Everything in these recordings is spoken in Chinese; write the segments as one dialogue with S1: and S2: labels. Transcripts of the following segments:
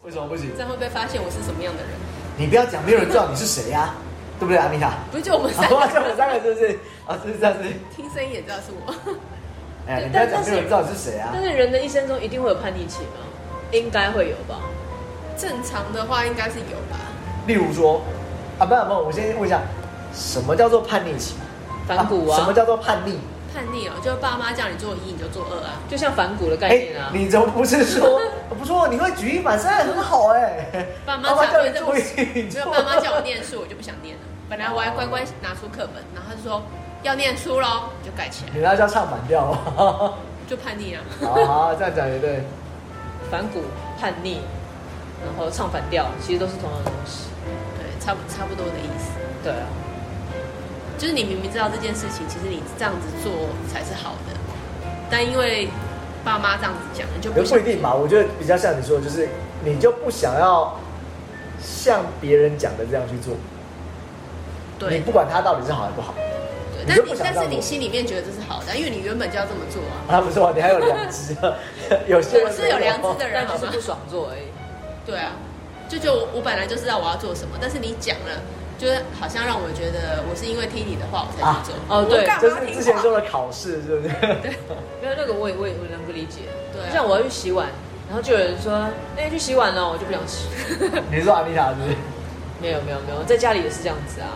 S1: 不行
S2: 这。样会被发现我是什么样的人？
S3: 你不要讲，没有人知道你是谁呀、 对不对，阿米塔？
S2: 不是就我们
S3: 啊，
S2: 三
S3: 我
S2: 个
S3: 们
S4: 哦
S3: 三个是不是？啊，是这样子。
S2: 听声音也知道是我，
S3: 哎，
S4: 对
S3: 你不要
S4: 但
S3: 讲，没
S4: 但是
S3: 有人知道你是谁啊
S4: 但。是人的一生中一定会有叛逆期吗？应该会有吧。
S2: 正常的话应该是有吧？
S3: 例如说，啊，不不，我先问一下，什么叫做叛逆期？
S4: 反骨啊，
S3: 什么叫做叛逆？
S2: 叛逆哦，就爸妈叫你做一你就做二啊。
S4: 就像反骨的概
S3: 哎
S4: 念啊，。
S3: 你怎么不是说不错？你会举一反三，很好哎。
S2: 爸妈才会这么
S3: 叫你
S2: 说，
S3: 做
S2: 只有爸妈叫我念书，我就不想念了。本来我还乖乖拿出课本，然后他就说要念书喽，就盖起来，
S3: 你那叫唱反调 哦。
S2: 就叛逆啊。
S3: 好好，这样讲也对。
S4: 反骨、叛逆，然后唱反调，其实都是同样的东西。
S2: 对，差不差不多的意思。
S4: 对啊，
S2: 就是你明明知道这件事情，其实你这样子做才是好的，但因为爸妈这样子讲，你就
S3: 可
S2: 不
S3: 不
S2: 想
S3: 一定吧，我觉得比较像你说的，就是你就不想要像别人讲的这样去做，你
S2: 对
S3: 不管他到底是好还是不好，
S2: 对，
S3: 你
S2: 但
S3: 就
S2: 你
S3: 不想
S2: 但
S3: 这
S2: 是
S3: 样
S2: 你
S3: 做
S2: 心里面觉得这是好的，因为你原本就要这么做啊。
S3: 他不错，你还有良知， 有些人
S2: 我是有良知的
S4: 但
S2: 人，好
S4: 就是
S2: 吗
S4: 不？爽做而已。
S2: 对啊，就就我我本来就知道我要做什么，但是你讲了，就是好像让我觉得我是因为听你的话我才去做。
S3: 啊
S4: 哦，
S2: 我
S4: 对，
S2: 干
S3: 就
S2: 嘛
S3: 是
S2: 听
S3: 之前
S2: 话
S3: 说的考试，是不是？
S4: 没有那个我也我也我能够理解。
S2: 对啊
S4: 就像我要去洗碗，然后就有人说：“那你去洗碗哦了，我就不想洗。
S3: 你说阿丽塔是不是？
S4: 没有没有没有，在家里也是这样子啊。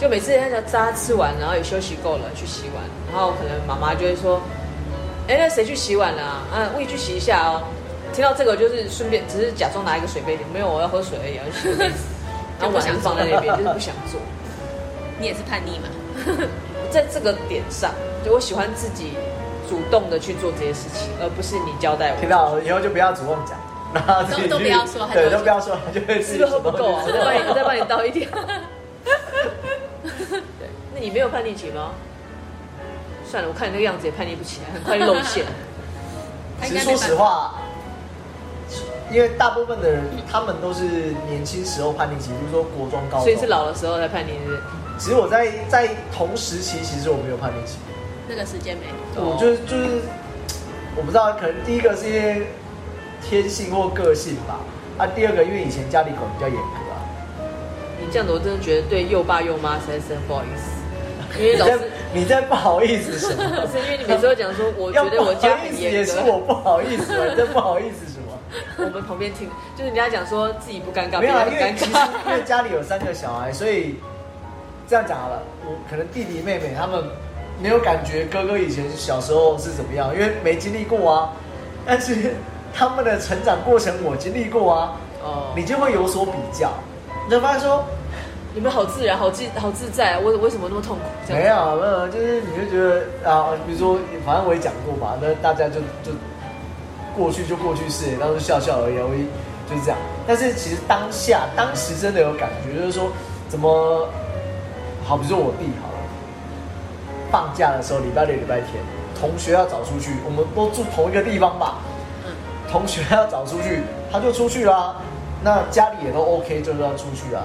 S4: 就每次人家渣吃完，然后也休息够了去洗碗，然后可能妈妈就会说：“哎，那谁去洗碗了、啊？嗯，我也去洗一下哦。”听到这个就是顺便，只是假装拿一个水杯，没有我要喝水而已，要去洗个杯子。然后碗就放在那边，就是不想做。
S2: 你也是叛逆嘛？
S4: 在这个点上，就我喜欢自己主动的去做这些事情，而不是你交代我。
S3: 听到了以后就不要主动讲， 然后自己去
S2: 都都不要说他就会
S3: 对，都不要说，他 就会自己
S4: 是不是喝不够啊？
S3: 主
S4: 我
S3: 动
S4: 再帮
S3: 去
S4: 你，我再
S3: 做
S4: 帮你倒一点。 对，那你没有叛逆期吗？算了，我看你那个样子也叛逆不起来，很快就露 馅。
S2: 他应
S3: 其实
S2: 该没
S3: 说
S2: 办法
S3: 实，话，因为大部分的人他们都是年轻时候叛逆期，比如说国中、高中，
S4: 所以是老的时候才叛逆，是不是？
S3: 其实我在在同时期，其实我没有叛逆期，
S2: 那个时间没有。
S4: 哦
S3: 我就是就是，我不知道，可能第一个是因为天性或个性吧，啊，第二个因为以前家里管比较严格啊，
S4: 你这样子，我真的觉得对幼爸幼妈实在是很不好意思，因为
S3: 你
S4: 老
S3: 在
S4: 师，
S3: 你在不好意思什么
S4: 老？师，因为你每次都讲说， 我觉得
S3: 要
S4: 我
S3: 不
S4: 家
S3: 好意
S4: 很
S3: 思
S4: 严
S3: 也
S4: 格
S3: 是。我不好意思，啊你在不好意思什么？
S4: 我们旁边听，就是人家讲说自己不尴尬，
S3: 没
S4: 别
S3: 有啊，
S4: 人
S3: 因
S4: 很
S3: 为
S4: 尴
S3: 其实
S4: 尬。
S3: 因为家里有三个小孩，所以这样讲好了，我可能弟弟妹妹他们没有感觉哥哥以前小时候是怎么样，因为没经历过啊。但是他们的成长过程我经历过啊，
S4: 哦，
S3: 你就会有所比较，你就发现说
S4: 你们好自然，好自好自在，我为什么那么痛苦？这样
S3: 没
S4: 子
S3: 有没有，就是你就觉得啊，比如说反正我也讲过吧，那大家就就过去就过去式，当时笑笑而已，啊我也就是这样。但是其实当下当时真的有感觉，就是说怎么好，比如说我弟好了，放假的时候礼拜六礼拜天，同学要找出去，我们都住同一个地方吧，
S2: 嗯，
S3: 同学要找出去，他就出去啦、那家里也都 OK，就是要出去啊。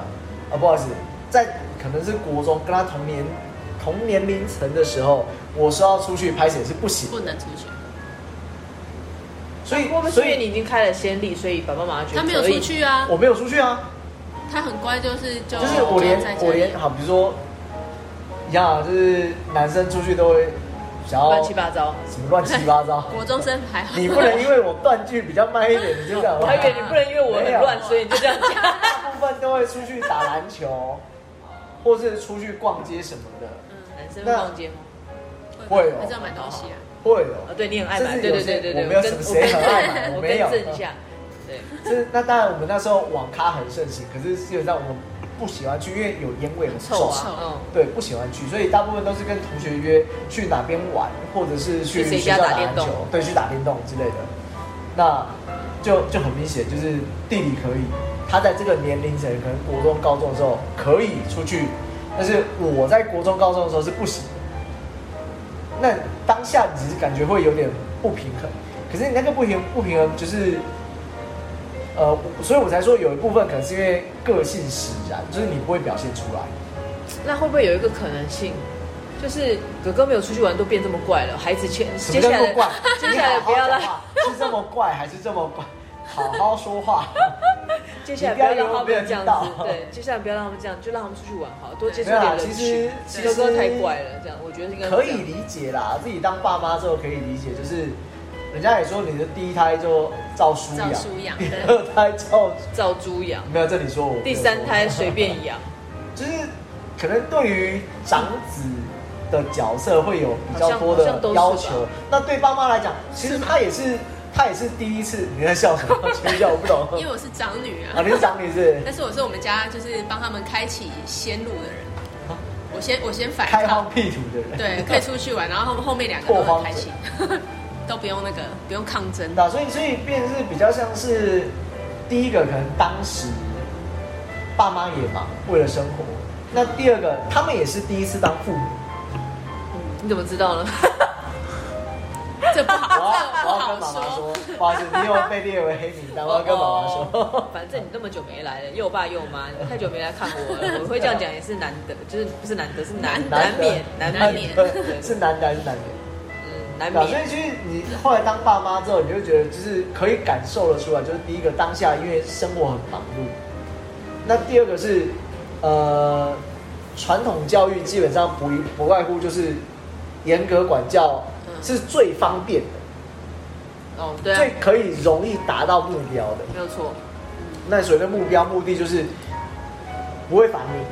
S3: 啊，不好意思，在可能是国中跟他同年同年龄层的时候，我说要出去拍写是不行，
S2: 不能出去。
S3: 所以
S4: 会不会是
S3: 所
S4: 啊因为
S3: 以
S4: 你已经开了先例，所以爸爸妈妈觉得
S2: 他没有
S4: 可以
S2: 出，去啊，
S3: 我没有出去啊，
S2: 他很乖，就是就
S3: 就是
S4: 哦
S3: 我连
S2: 就在家里，
S3: 我连好，比如说一样啊，就是男生出去都会想要
S4: 乱七八糟。
S3: 什么乱七八 糟
S2: 国中生还好，
S3: 你不 能因为我断句比较慢一点，你就这样吧。
S4: 我还以为你不能因为我很乱，所以你就这样 讲。
S3: 大部分都会出去打篮
S4: 哦
S3: 球，或是出去逛街什么的，
S4: 男生会逛街吗？
S3: 会哦
S2: 还是要买东西啊。
S3: 会
S4: 啊，
S3: 哦。
S4: 对你很爱
S3: 甚
S4: 买，
S3: 至
S4: 对对
S3: 有些
S4: 对对对，
S3: 我没有什么谁很爱买
S4: 我
S3: 我
S4: 跟
S3: 没有啊
S4: 正一下，对，
S3: 这那当然，我们那时候网咖很盛行，可是基本上我们不喜欢去，因为有烟味很
S4: 臭
S3: 臭
S4: 啊，
S2: 臭
S4: 嗯，
S3: 对，不喜欢去，所以大部分都是跟同学约去哪边玩，或者是去
S4: 去谁
S3: 学校
S4: 家打
S3: 打篮
S4: 电动
S3: 球，对，去打电动之类的。那就就很明显，就是弟弟可以，他在这个年龄层，可能国中、高中的时候可以出去，但是我在国中、高中的时候是不行。那当下你只是感觉会有点不平衡，可是你那个不平不平衡就是，呃，我所以我才说有一部分可能是因为个性使然，就是你不会表现出来。
S4: 那会不会有一个可能性，就是哥哥没有出去玩都变这么怪了？孩子接
S3: 什么
S4: 接
S3: 叫
S4: 下来
S3: 做怪
S4: 的，？接下来不要
S3: 了
S4: 让，
S3: 是这么怪还是这么怪？好好说 话。
S4: 接下来不要让他们这样子，对，接下来不要让他们这样，就让他们出去玩好，多接触
S3: 没有啦
S4: 点人
S3: 其实
S4: 群。
S3: 其
S4: 哥哥
S3: 实
S4: 太怪了，这样我觉得应该
S3: 可以理解啦，自己当爸妈之后可以理解，就是人家也说你的第一胎就照书养，
S2: 照书 养
S3: 第
S2: 对
S3: 二胎照
S4: 照猪养，
S3: 没有这里说我
S4: 第三胎随便
S3: 养，
S4: 养，
S3: 就是可能对于长子。的角色会有比较多
S4: 好像好
S3: 的
S4: 像都是吧
S3: 要求，那对爸妈来讲，其实他也 是他也是第一次，你在笑什么？ 其实笑我不懂。
S2: 因为我是长女
S3: 啊，，
S2: 啊
S3: 你是长女是
S2: 但是我是我们家就是帮他们开启先路的人
S3: 啊，
S2: 我先我先反
S3: 开
S2: 抗
S3: 荒，辟土的人，
S2: 对，可以出去玩，然后后后面两个都很开心， 都不用那个不用抗 争，
S3: 那所以所以变成是比较像是第一个，可能当时爸妈也忙，为了生活。那第二个，他们也是第一次当父母，
S4: 你怎么知道呢？
S2: 这不
S3: 我要
S2: 好，
S3: 我要
S2: 这不
S3: 跟妈妈
S2: 好
S3: 说
S2: 说。，
S3: 不好意思，你又被列为黑名单，我要哦跟妈妈说。
S4: 哦 反正你那么久没来了，又爸又妈，你太久没来看我了，我会这样讲也是难得，就是不是难得，是难难免
S3: 难
S4: 难
S3: 得
S2: 难免
S4: 免，
S3: 对 是难的还是难免？
S4: 嗯，难
S3: 对啊，所
S4: 免
S3: 以就是你后来当爸妈之后，你就觉得就是可以感受得出来，就是第一个当下因为生活很忙碌，那第二个是呃传统教育基本上不不外乎就是严格管教
S4: 嗯
S3: 是最方便的，
S4: 哦，对啊
S3: 最，可以容易达到目标的。
S4: 没有错，
S3: 那所谓的目标目的就是不会烦你，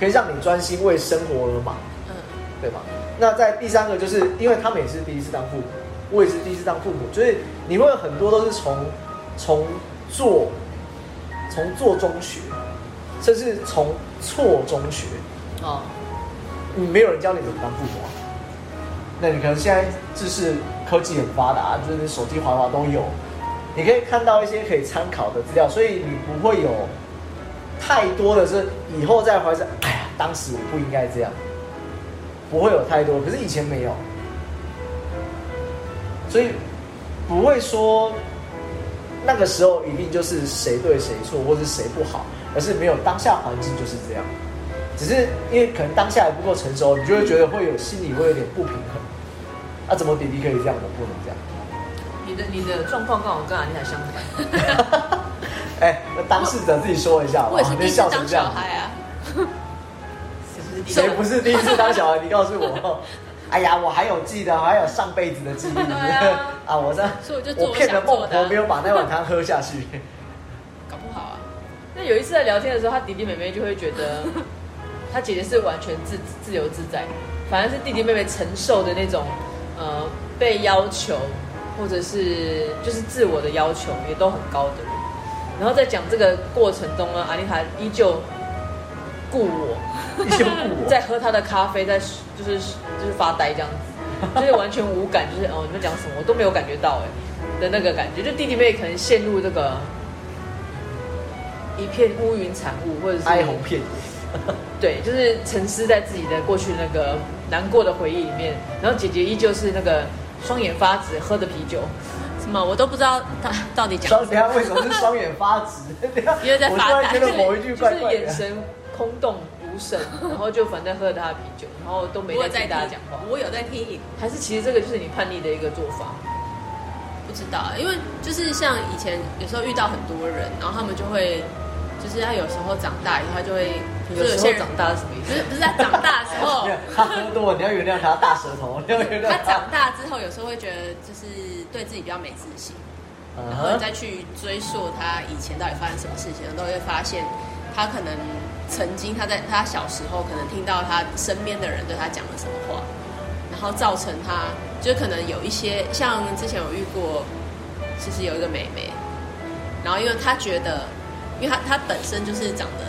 S3: 可以让你专心为生活而忙。
S2: 嗯，
S3: 对吧？那在第三个，就是因为他们也是第一次当父母，我也是第一次当父母，就是你会很多都是从从做从做中学，甚至从错中学，
S4: 哦，
S3: 你没有人教你怎么当父母、啊。那你可能现在知识科技很发达，就是你手机滑滑都有，你可以看到一些可以参考的资料，所以你不会有太多的是以后再怀着，哎呀，当时我不应该这样，不会有太多，可是以哎前没有，所以不会说那个时候一定就是谁对谁错，或是谁不好，而是没有当下环境就是这样，只是因为可能当下还不够成熟，你就会觉得会有心里会有点不平衡，啊，怎么弟弟可以这样，我不能这样？
S4: 你的你的状况跟我跟阿丽塔相反，
S3: 哎，那当事者自己说一下好不
S2: 我也
S3: 好，
S2: 是
S3: 你
S2: 第一次
S3: 笑成
S2: 当
S3: 这样
S2: 小，孩啊，
S3: 谁不是第一次当小孩？ 你告诉 我。哎呀，我还有记得，还有上辈子的记忆。
S2: 对 啊
S3: 我这
S2: 所以我就做
S3: 我
S2: 我
S3: 骗了
S2: 想
S3: 孟
S2: 做的啊
S3: 婆，没有把那碗汤喝下 去。
S2: 搞不好啊，
S4: 那有一次在聊天的时候，他弟弟妹妹就会觉得，他姐姐是完全自自由自在，反而是弟弟妹妹承受的那种，呃，被要求或者是就是自我的要求也都很高的人。然后在讲这个过程中呢，阿丽塔依旧顾我，
S3: 你先顾 我。
S4: 在喝她的咖啡，在就是就是发呆这样子，就是完全无感，就是哦你们讲什么我都没有感觉到哎的那个感觉，就弟弟妹妹可能陷入这个一片乌云惨雾，或者是
S3: 哀鸿遍野。
S4: 对，就是沉思在自己的过去那个难过的回忆里面，然后姐姐依旧是那个双眼发直喝的啤酒，
S2: 什么我都不知道他到底讲
S3: 双，
S2: 什
S3: 等一 下
S2: 么。
S3: 为什么是双眼发直？等一下
S2: 因为在
S3: 我
S2: 发
S3: 突然
S2: 呆
S3: 觉得某一句怪
S4: 就是
S3: 怪
S4: 眼
S3: 的。
S4: 神空洞 无神，然后就反正喝了她的啤酒，然后都没
S2: 我有在
S4: 在听
S2: 听
S4: 大家讲话，
S2: 我有在听你
S4: 还是其实这个就是你叛逆的一个做法。
S2: 不知道，因为就是像以前有时候遇到很多人，然后他们就会，就是他有时候长大以后，他就会，比
S4: 有
S2: 如说
S4: 时
S2: 有些
S4: 候
S2: 人
S4: 长，大是什么意
S2: 不是
S4: 思？
S2: 不是在长大的时候
S4: 哦
S3: 没有，他喝多，了，你要原谅他大舌头，你要原谅
S2: 他长大之后有时候会觉得就是对自己比较没自信，然后你
S3: 嗯
S2: 再去追溯他以前到底发生什么事情，都会发现他可能曾经他在他小时候可能听到他身边的人对他讲了什么话，然后造成他就可能有一些像之前有遇过，其实有一个妹妹，然后因为她觉得，因为她她本身就是长得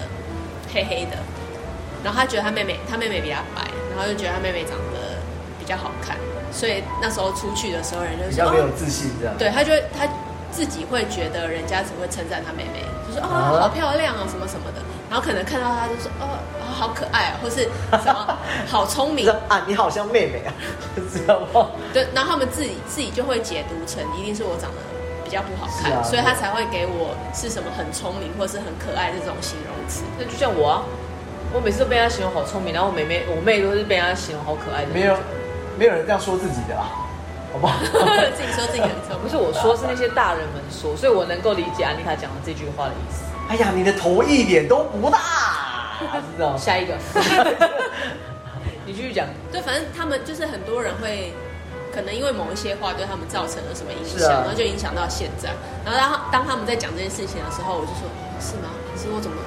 S2: 黑黑的，然后她觉得她妹妹她妹妹比她白，然后就觉得她妹妹长得比较好看，所以那时候出去的时候，人家
S3: 比
S2: 就说
S3: 较没有
S2: 哦
S3: 自信这样。
S2: 对，他就会他自己会觉得人家只会称赞他妹妹，就说
S3: 啊
S2: 哦好漂亮哦什么什么的，然后可能看到她就说哦好可爱哦，或是 什么好聪
S3: 你
S2: 明
S3: 知，道啊，你好像妹妹啊， 知道吗？
S2: 对，然后他们自己自己就会解读成一定是我长得比较不好
S3: 是
S2: 看，
S3: 啊
S2: 所以他
S3: 对
S2: 才会给我是什么很聪明或是很可爱这种形容 词。
S4: 那就像我啊，我每次都被她形容好聪明，然后我妹妹我妹都是被她形容好可爱的。
S3: 没有，没有人这样说自己的啊。好不 好？
S2: 自己说自己很聪
S4: 不
S2: 明，
S4: 是我说，是那些大人们说，所以我能够理解安妮塔讲的这句话的意思。
S3: 哎呀，你的头一点都不大，啊知道吗？
S4: 下一个，你继续讲。
S2: 对，反正他们就是很多人会，可能因为某一些话对他们造成了什么影
S3: 是
S2: 响，
S3: 啊
S2: 然后就影响到现在。然后当他当他们在讲这件事情的时候，我就说，是吗？可是我怎么，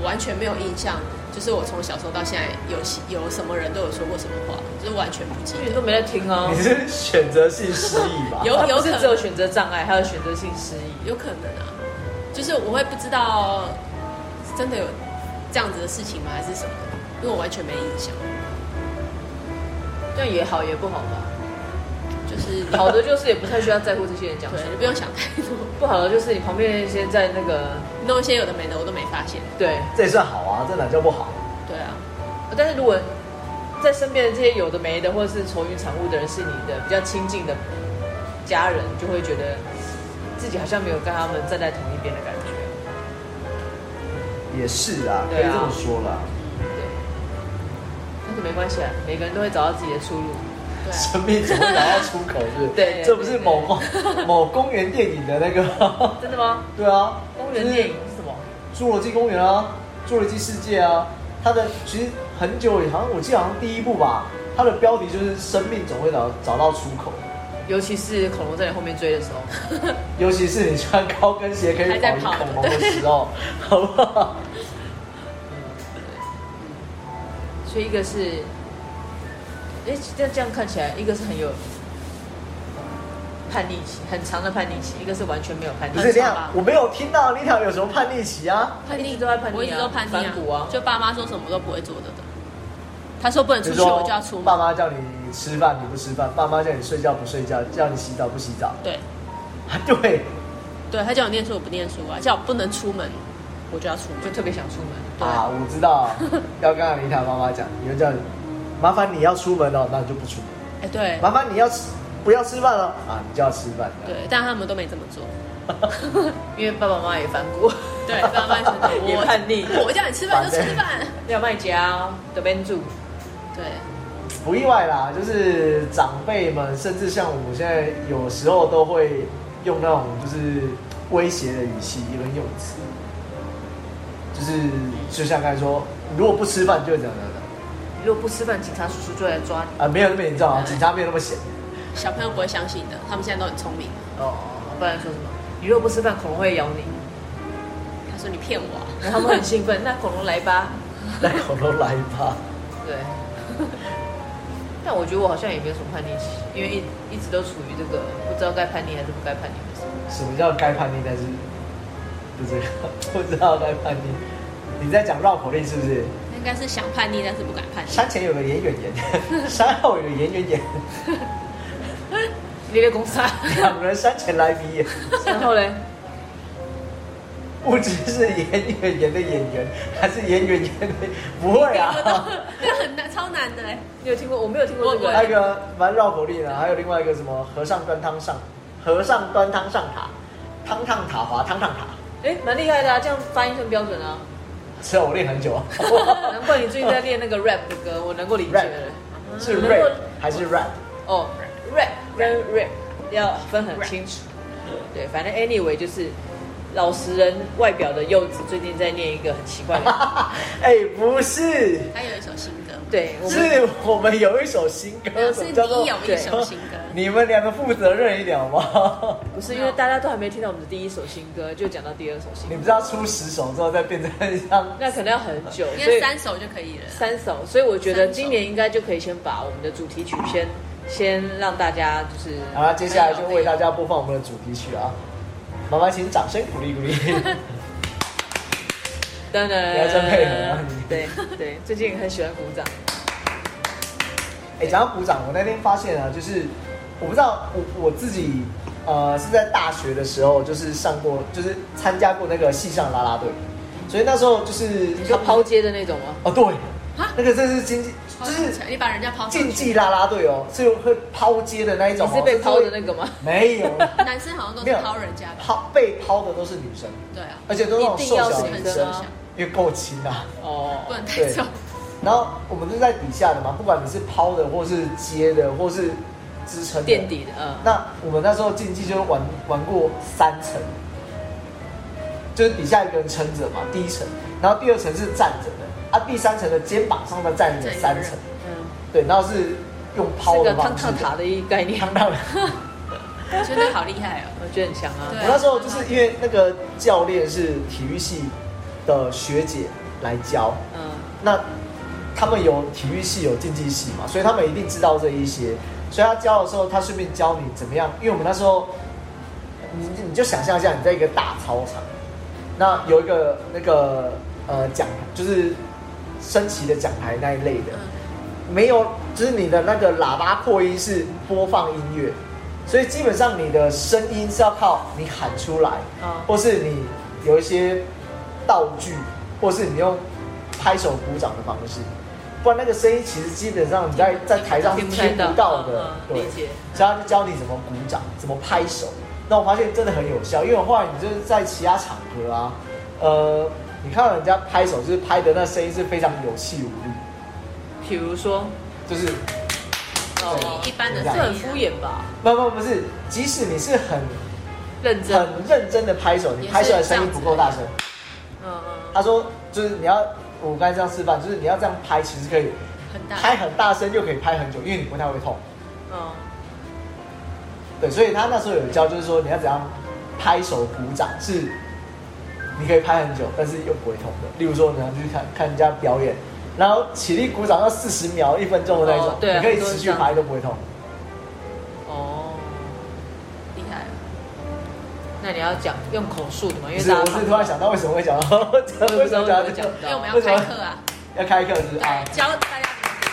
S2: 我完全没有印象，就是我从小时候到现在有有什么人对我说过什么话，就是完全不记
S4: 因为
S2: 得
S4: 你。都没在听哦
S3: 你。是选择性失忆吧？
S2: 有
S4: 他不
S2: 有可
S4: 是
S2: 能
S4: 只有选择障碍，还有选择性失忆。
S2: 有可能啊，就是我会不知道真的有这样子的事情吗，还是什么？因为我完全没印象，
S4: 这样也好也不好 吧。
S2: 就是
S4: 好的就是也不太需要在乎这些人讲
S2: 对，
S4: 什么
S2: 就，不用想太多，
S4: 不好的就是你旁边那些在那个
S2: 弄一些有的没的，我都没发现。
S4: 对。
S3: 这也算好啊，这哪叫不好？
S2: 对啊，
S4: 但是如果在身边的这些有的没的，或者是愁云惨雾的人是你的比较亲近的家人，就会觉得自己好像没有跟他们站在同一边的感觉。
S3: 也是啊，可以
S4: 对
S3: 这
S4: 啊
S3: 么说啦。
S4: 对，但是没关系啊，每个人都会找到自己的出路。
S2: 对啊，
S3: 生命总会找到出口，是不是？
S4: 对对
S3: 这不是某公某公园电影的那个？
S4: 真的吗？
S3: 对啊，
S4: 公园电影是什么？
S3: 就是《侏罗纪公园》啊，《侏罗纪世界》啊，它的其实很久以，好像我记得好像第一部吧，它的标题就是“生命总会找找到出口
S4: 尤其是恐龙在你后面追的时候，”，
S3: 尤其是你穿高跟鞋可以
S2: 还在
S3: 跑
S2: 跑
S3: 赢恐龙的时 候，好不好？
S4: 所以一个是，哎，这样这样看起来，一个是很有叛逆期，很长的叛逆期，一个是完全没有叛逆
S3: 不
S4: 期。
S3: 是这
S2: 很少
S3: 样
S2: 吧，
S3: 我没有听到丽塔有什么叛逆期啊？
S4: 叛逆都在叛逆啊
S2: 我一直都叛逆
S4: 反骨啊
S2: 就爸妈说什么都不会做的的。他说不能
S3: 比
S2: 出
S3: 如
S2: 去，
S3: 说
S2: 我就要出 门。
S3: 爸妈叫你吃饭你不吃饭，爸妈叫你睡觉不睡觉，叫你洗澡不洗澡，
S2: 对
S3: 啊对，
S2: 对，他叫我念书，我不念书啊；叫我不能出门，我就要出
S4: 就
S2: 门。
S4: 特别想出门。
S2: 对
S3: 啊，我知道，要跟阿妮塔妈妈讲，你就叫你麻烦你要出门哦，那你就不出门；
S2: 哎，对
S3: 麻烦你要吃不要吃饭哦，啊，你就要吃饭。
S2: 对，但他们都没这么做。
S4: 因为爸爸妈妈也反骨，
S2: 对，爸妈说
S4: 也
S2: 我
S4: 叛逆
S2: 我叫你吃饭就吃饭。
S4: 廖麦家的边住，
S2: 对，
S3: 不意外啦，就是长辈们，甚至像我们现在有时候都会用那种就是威胁的语气跟用词，就是就像刚才说，你如果不吃饭就会怎样怎样怎样
S4: 你如果不吃饭，警察叔叔就来抓你。
S3: 啊，没有那么严重啊，警察没有那么闲
S2: 小朋友不会相信的，他们现在都很聪明。
S4: 哦，不然说什么？你如果不吃饭，恐龙会咬你。
S2: 他说你骗我啊、
S4: 然后他们很兴奋，那恐龙来吧。
S3: 那口都来吧。
S4: 对。 但我觉得我好像也没有什么叛逆期，因为一一直都处于这个不知道该叛逆还是不该叛逆的时候。
S3: 什么叫该叛逆？但是不知道，不知道该叛逆。你在讲绕口令是不是？
S2: 应该是想叛逆，但是不敢 叛逆。
S3: 山前有个严远 远，山后有个严远远，
S4: 烈烈公杀，
S3: 两人山前来比眼，
S4: 然后嘞，
S3: 不知是严远远的演员，还是严远远的？不会啊。
S2: 这很难，超难的哎、
S4: 你有听过？我没有听过这
S2: 我
S3: 那
S4: 个。
S3: 个反正绕口令啊，还有另外一个什么和尚端汤上，和尚端汤上塔，汤烫塔滑汤烫塔。
S4: 哎，蛮厉害的啊，这样发音算标准啊。
S3: 这我练很久 啊，
S4: 难怪你最近在练那个 rap 的歌，我能够理解
S3: Rap
S4: 了。
S3: 是
S4: 能够
S2: 嗯
S3: rap 还是 rap？
S4: 哦，rap 跟 rap 要分很清楚。对，反正 anyway 就是老实人外表的柚子最近在念一个很奇怪 的。
S3: 哎，不是。
S2: 他有一首新歌，
S4: 对，我们
S3: 是我们有一首新
S2: 没有
S3: 歌，
S2: 是
S3: 什么
S2: 你
S3: 叫做
S2: 有一首新歌。
S3: 你们两个负责任一点好不好？
S4: 不是因为大家都还没听到我们的第一首新歌，就讲到第二首新
S3: 你
S4: 歌，
S3: 不知道出十首之后再变成像
S4: 那可能要很久，
S2: 应
S4: 所
S2: 该
S4: 以
S2: 三首就可以了。
S4: 三首，所以我觉得
S2: 三首
S4: 今年应该就可以先把我们的主题曲先先让大家就是
S3: 好啊了，接下来就为大家播放我们的主题曲啊！麻烦请掌声鼓励鼓 励。
S4: 噔噔，你
S3: 还真配合啊你
S4: 对对，最近很喜欢鼓掌，
S3: 哎，讲到鼓掌，我那天发现啊，就是我不知道我我自己呃是在大学的时候就是上过，就是参加过那个系上啦啦队，所以那时候就是
S4: 你说
S3: 他
S4: 抛接的那种吗？
S3: 哦对
S2: 啊，
S3: 那个真是经济
S2: 超
S3: 就是
S2: 级强你把人家抛上
S3: 竞
S2: 去，
S3: 技啦啦队哦，是会抛接的那一种、
S4: 你
S3: 哦。
S4: 是被抛的那个吗？
S3: 没 有，
S2: 男生好像都
S3: 没
S2: 是
S3: 有
S2: 抛人家的。
S3: 抛被抛的都是女生，
S2: 对啊，
S3: 而且都是那种
S4: 一
S3: 瘦
S4: 定要
S3: 小的
S4: 是
S3: 女
S4: 女
S3: 生哦
S4: 生啊，
S3: 因为够轻啊。
S4: 哦
S2: 不能太重。
S3: 然后我们都是在底下的嘛，不管你是抛的，或是接的，或是支撑的
S4: 垫底的，嗯，
S3: 那我们那时候竞技就是玩玩过三层，就是底下一个人撑着嘛，第一层，然后第二层是站着的，啊，第三层的肩膀上再 站着三层，
S4: 嗯，
S3: 对，然后是用抛
S4: 是
S3: 的
S4: 个
S3: 方
S4: 汤
S3: 式
S4: 汤塔的一个概 念，
S3: 汤汤塔
S2: 我觉得好厉 害哦。
S4: 我觉得很强啊
S2: 对。
S3: 我那时候就是因为那个教练是体育系的学姐来教，
S4: 嗯，
S3: 那他们有体育系有竞技系嘛，所以他们一定知道这一些。所以他教的时候，他顺便教你怎么样，因为我们那时候，你你就想象一下，你在一个大操场，那有一个那个呃奖牌，就是升旗的奖牌那一类
S4: 嗯
S3: 的，没有，就是你的那个喇叭扩音是播放音乐，所以基本上你的声音是要靠你喊出来，
S4: 哦，
S3: 或是你有一些道具，或是你用拍手鼓掌的方式，不然那个声音其实基本上你在在台上是听不到的。
S4: 嗯嗯
S3: 对
S4: 理，解。
S3: 所以他就教你怎么鼓掌，怎么拍手。那我发现真的很有效，因为我后来你就是在其他场合啊，呃，你看到人家拍手，就是拍的那声音是非常有气无力，
S4: 比如说，
S3: 就是
S4: 哦，
S2: 一般的
S4: 这很敷衍吧？
S3: 不不不是，即使你是很
S4: 认真，
S3: 很认真的拍手，你拍出来的声音不够大声。
S4: 嗯嗯，
S3: 他说就是你要，我刚才这样示范，就是你要这样拍，其实可以
S2: 很大，
S3: 拍很大声，又可以拍很久，因为你不太会痛。
S4: 嗯，
S3: 对，所以他那时候有教，就是说你要怎样拍手鼓掌是。你可以拍很久，但是又不会痛的。例如说，你要去看看人家表演，然后起立鼓掌要四十秒、一分钟的那一种，
S4: 哦对啊
S3: 你可以
S4: 很多
S3: 持
S4: 人
S3: 续
S4: 这样
S3: 拍都不会痛。
S4: 哦，
S2: 厉害。
S4: 那你要讲用口述的嘛，
S3: 不
S4: 因为
S3: 是，
S4: 大
S3: 我
S4: 家
S3: 是突然想到为什么会讲到， 为什么讲到这
S4: 讲
S3: 个？
S2: 因为我们
S4: 到，
S2: 要开课啊，
S3: 要开课是 不是啊？
S2: 对，教大家怎么鼓掌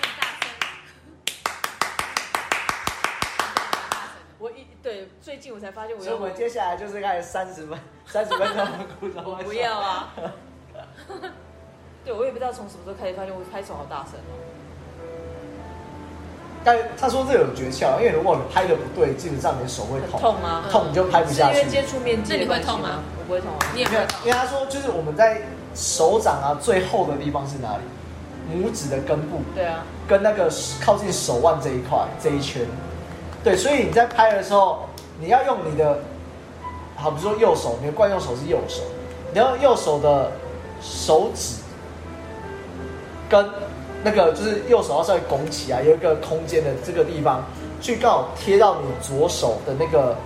S2: 更大声。
S4: 我一对最近我才发现我
S3: 所以
S4: 要
S3: 我们接下来就是开始三十分，三十分钟的鼓掌。
S4: 我不要啊。 对，我也不知道从什么时候开始发现我拍手好大声哦。
S3: 但他说这有诀窍，因为如果你拍的不对，基本上你的手会
S4: 很
S3: 痛，
S4: 痛吗？
S3: 痛你就拍不
S4: 是
S3: 下
S4: 因
S3: 去
S4: 为。接触面积
S2: 那
S4: 的
S2: 你
S4: 关
S2: 会
S4: 系
S2: 痛吗？
S4: 我不会痛啊。
S2: 你也
S3: 没
S2: 不
S3: 有
S2: 会痛，
S3: 因为他说就是我们在手掌啊最厚的地方是哪里？拇指的根部
S4: 对啊，
S3: 跟那个靠近手腕这一块这一圈。对，所以你在拍的时候，你要用你的，好，比如说右手，你的惯用手是右手，你要用右手的手指跟那个就是右手要稍微拱起来，有一个空间的这个地方，去刚好贴到你左手的那个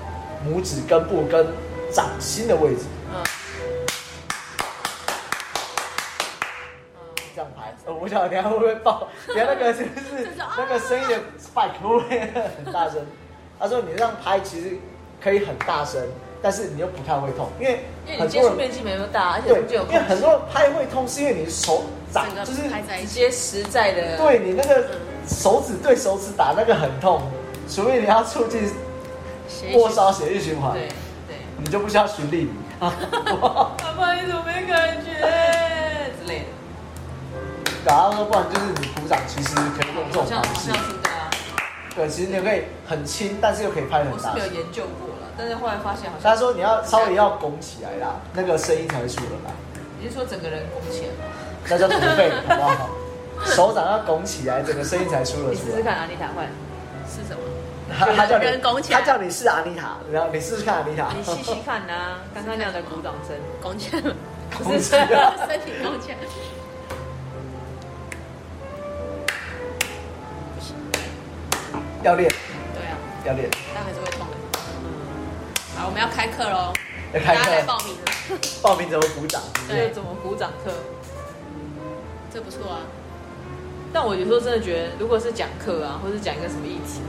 S3: 拇指根部跟掌心的位置，
S4: 嗯。
S3: 这样拍。呃，我想等一下会不会爆？等一下那个 就是啊那个声音的 spike 会不会很大声？他说你这样拍其实可以很大声，但是你又不太会痛，因为
S4: 因为
S3: 很
S4: 你接
S3: 多
S4: 触
S3: 人
S4: 面积没那么大，而且
S3: 对
S4: 中间有，
S3: 因为
S4: 空
S3: 很多人拍会痛是因为你手掌
S2: 整个
S3: 就是
S2: 拍在一
S4: 直
S2: 起，
S4: 接实在的。
S3: 对你那个手指对手指打那个很痛，除非你要促进
S2: 写一
S3: 末
S2: 写
S3: 梢血液循环，
S4: 对对，
S3: 你就不需要循例。
S4: 爸爸你怎么没感觉之类的，
S3: 然后说，不然就是你鼓掌，其实可以用这种
S4: 好像
S3: 方
S4: 好
S3: 式
S4: 像。是的啊，
S3: 对，其实你可以很轻，但是又可以拍得
S4: 我
S3: 很
S4: 是
S3: 大
S4: 没有
S3: 声。
S4: 研究过了，但是后来发现好像
S3: 他说你要稍微要拱起来啦，那个声音才会出得来，
S4: 你是说整个人拱起来吗？
S3: 那叫驼背，好不好？手掌要拱起来，整个声音才出得
S4: 你
S3: 出
S4: 试试
S3: 来。
S4: 看，阿丽塔换，
S2: 是什么？
S3: 他他叫你
S2: 人拱起来
S3: 他叫你试阿妮塔，然后你试试看阿妮塔。
S4: 你细细看呐，刚刚那样的鼓掌声，
S2: 弓起来，
S3: 拱起来。
S2: 身体弓起来。
S3: 要练，
S2: 对啊，
S3: 要练，
S2: 但还是会痛的。好，我们要开课喽，
S3: 要开
S2: 大家来
S3: 课，
S2: 报名了，
S3: 报名怎么鼓掌？
S4: 这就怎么鼓掌课？
S2: 这不错啊。
S4: 但我有时候真的觉得，如果是讲课啊，或是讲一个什么议题，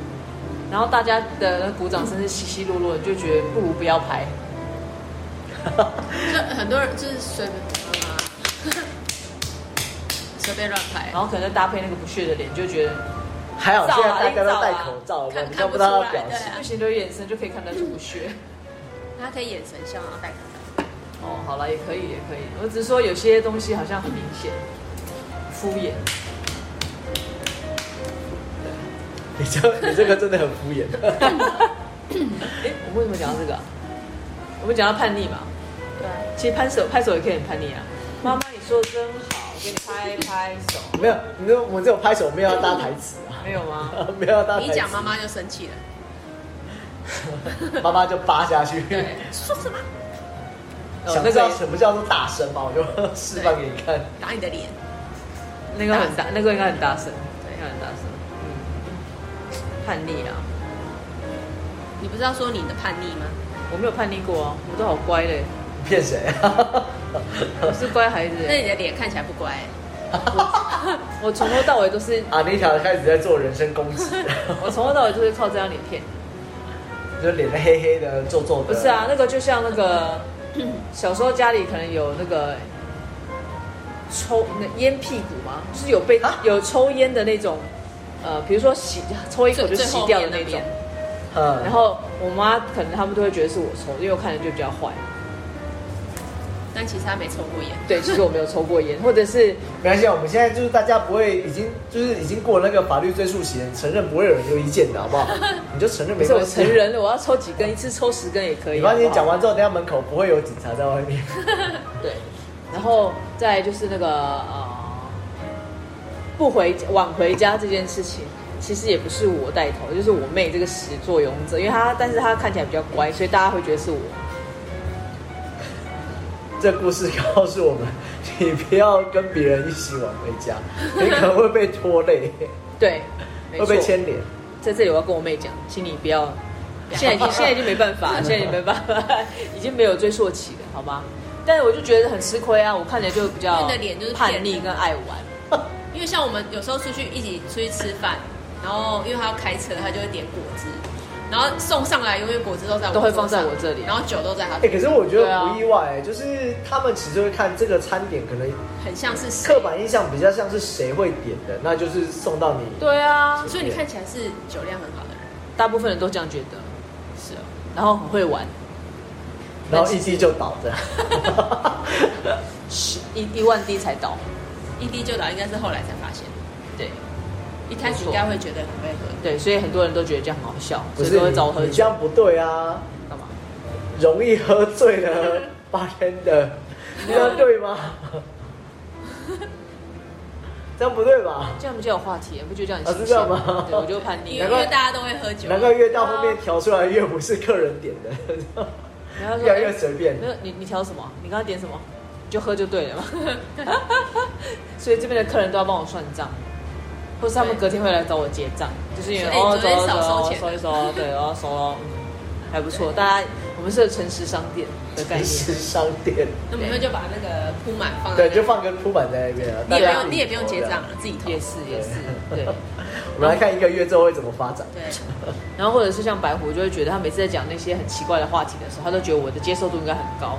S4: 然后大家的鼓掌声是稀稀落落的，就觉得不如不要拍。
S2: 就很多人就是随便，啊随便乱拍
S4: 然，后可能搭配那个不屑的脸，就觉得
S3: 还好现在大家都戴口罩，我
S2: 看
S3: 们都不知道他表
S2: 啊看不出来对
S3: 情
S2: 啊。
S4: 哎不行的眼神就可以看得出不 屑。
S2: 他可以眼神像，然后戴口罩。
S4: 哦，好了，也可以，也可以。我只是说有些东西好像很明显，敷衍。
S3: 你这你这个真的很敷衍。
S4: 哎、我们为什么讲到这个啊、我们讲到叛逆嘛，
S2: 对啊，
S4: 其实拍手拍手也可以很叛逆啊。妈妈，你说的真好，给你拍拍手，
S3: 没有，你说我们只有拍手，没有要搭台词啊，
S4: 没有吗？
S3: 没有要搭台词。
S2: 你讲妈妈就生气了，
S3: 妈妈就扒下去。
S2: 对，说什么
S4: 哦
S3: 想
S4: 那
S3: 知道
S4: 个
S3: 什么叫做打声吗？我就 示范给你看。
S2: 打你的脸，
S4: 那个很大，那个应该很大声，
S2: 对
S4: 应该很大声，嗯，叛逆啊，
S2: 你不是要说你的叛逆吗？
S4: 我没有叛逆过啊，我都好乖嘞，
S3: 你骗谁啊？
S4: 我是乖孩子欸，
S2: 那 你的脸看起来不乖、
S4: 我从头到尾都 是，
S3: 啊，那条开始在做人身攻击，
S4: 我从头到尾就是靠这张脸骗。
S3: 就脸黑黑的、皱皱的。
S4: 不是啊，，那个就像那 个小时候家里可能有那个抽那烟屁股嘛，就是有被
S3: 啊
S4: 有抽烟的那种，呃，比如说吸抽一口就
S2: 最
S4: 吸掉
S2: 最后面
S4: 的那
S2: 那
S4: 种
S2: 边。
S3: 嗯，
S4: 然后我妈可能他们都会觉得是我抽，因为我看着就比较坏。
S2: 但其实他没抽过烟，
S4: 对，其实我没有抽过烟，或者是
S3: 没关系啊，我们现在就是大家不会已经就是已经过了那个法律追溯期了，承认不会有人有意见的好不 好？你就承认
S4: 不
S3: 没
S4: 是我
S3: 关系。
S4: 成人了，我要抽几根，一次抽十根也可
S3: 你
S4: 以。啊
S3: 放
S4: 好
S3: 心，
S4: 不好
S3: 讲完之后，等一下门口不会有警察在外面。
S4: 对，然后再来就是那个呃，不回晚回家这件事情，其实也不是我带头，就是我妹这个始作俑者，因为她但是她看起来比较乖，所以大家会觉得是我。
S3: 这故事告诉我们，你不要跟别人一起晚回 家，你可能会被拖累，
S4: 对，没
S3: 会
S4: 错
S3: 被牵连。
S4: 在这里我要跟我妹讲，请你不要，现 在已经现在已经没办法了，现在已经没办法， 已经没有追溯期了，好吗？但是我就觉得很吃亏啊，我看起来就比较
S2: 因为你的脸就是骗
S4: 叛
S2: 人
S4: 逆跟爱玩。
S2: 因为像我们有时候出去一起出去吃饭，然后因为他要开车，他就会点果汁，然后送上来，永远果汁都在我
S4: 都会
S2: 桌
S4: 放在
S2: 上
S4: 我这里
S2: 然后酒都在他
S3: 哎、
S2: 这里，
S3: 可是我觉
S4: 对
S3: 得
S4: 啊
S3: 不意外、就是他们其实会看这个餐点，可能
S2: 很像是谁
S3: 刻板印象比较像是谁会点的，那就是送到你。
S4: 对啊，
S2: 所以你看起来是酒量很好的人，
S4: 大部分人都这样觉得，啊
S2: 是哦。
S4: 然后很会玩。
S3: 然后一滴就倒 的。
S4: 十一一万滴才倒，
S2: 一滴就倒，应该是后来才发现。
S4: 对
S2: 一开始应该会觉得很会喝，
S4: 对，所以很多人都觉得这样很好笑，
S3: 不
S4: 所
S3: 是
S4: 以都会找我
S3: 你
S4: 喝
S3: 你这
S4: 酒
S3: 样不对啊，
S4: 干嘛？
S3: 容易喝醉 了八天的，这样对吗？这样不对吧？
S4: 这样不就有话题了？不就叫你
S3: 啊
S4: 出
S3: 是这样
S4: 现
S3: 吗
S4: 对，我就叛逆
S2: 因 为
S3: 难
S2: 因
S3: 怪
S2: 为大家都会喝酒，
S3: 难怪越到后面调出来越不是客人点的，
S4: 然后他说
S3: 越来越随便
S4: 哎没有你，你调什么？你刚刚点什么？你就喝就对了嘛。 所以这边的客人都要帮我算账，或是他们
S2: 对
S4: 隔天会来找我结账，就是因为
S2: 哎昨
S4: 哦，走
S2: 天
S4: 了
S2: 少
S4: 走
S2: 收
S4: 了，
S2: 钱
S4: 收一收哦，对，哦，收了，嗯，还不错。大家，我们是有诚实商店的概念，
S3: 是商店。
S2: 那我们就把那个铺满放在
S3: 对，
S2: 那
S3: 就放根铺板在那边啊。
S2: 你也不
S3: 大家自
S2: 用
S3: 己
S2: 你也不用
S3: 投
S2: 结
S3: 这样
S2: 账。了，自己投
S4: 也。是也是，对。
S3: 我们来看一个月之后会怎么发展。
S2: 对，
S4: 然后或者是像白狐，就会觉得他每次在讲那些很奇怪的话题的时候，他都觉得我的接受度应该很高，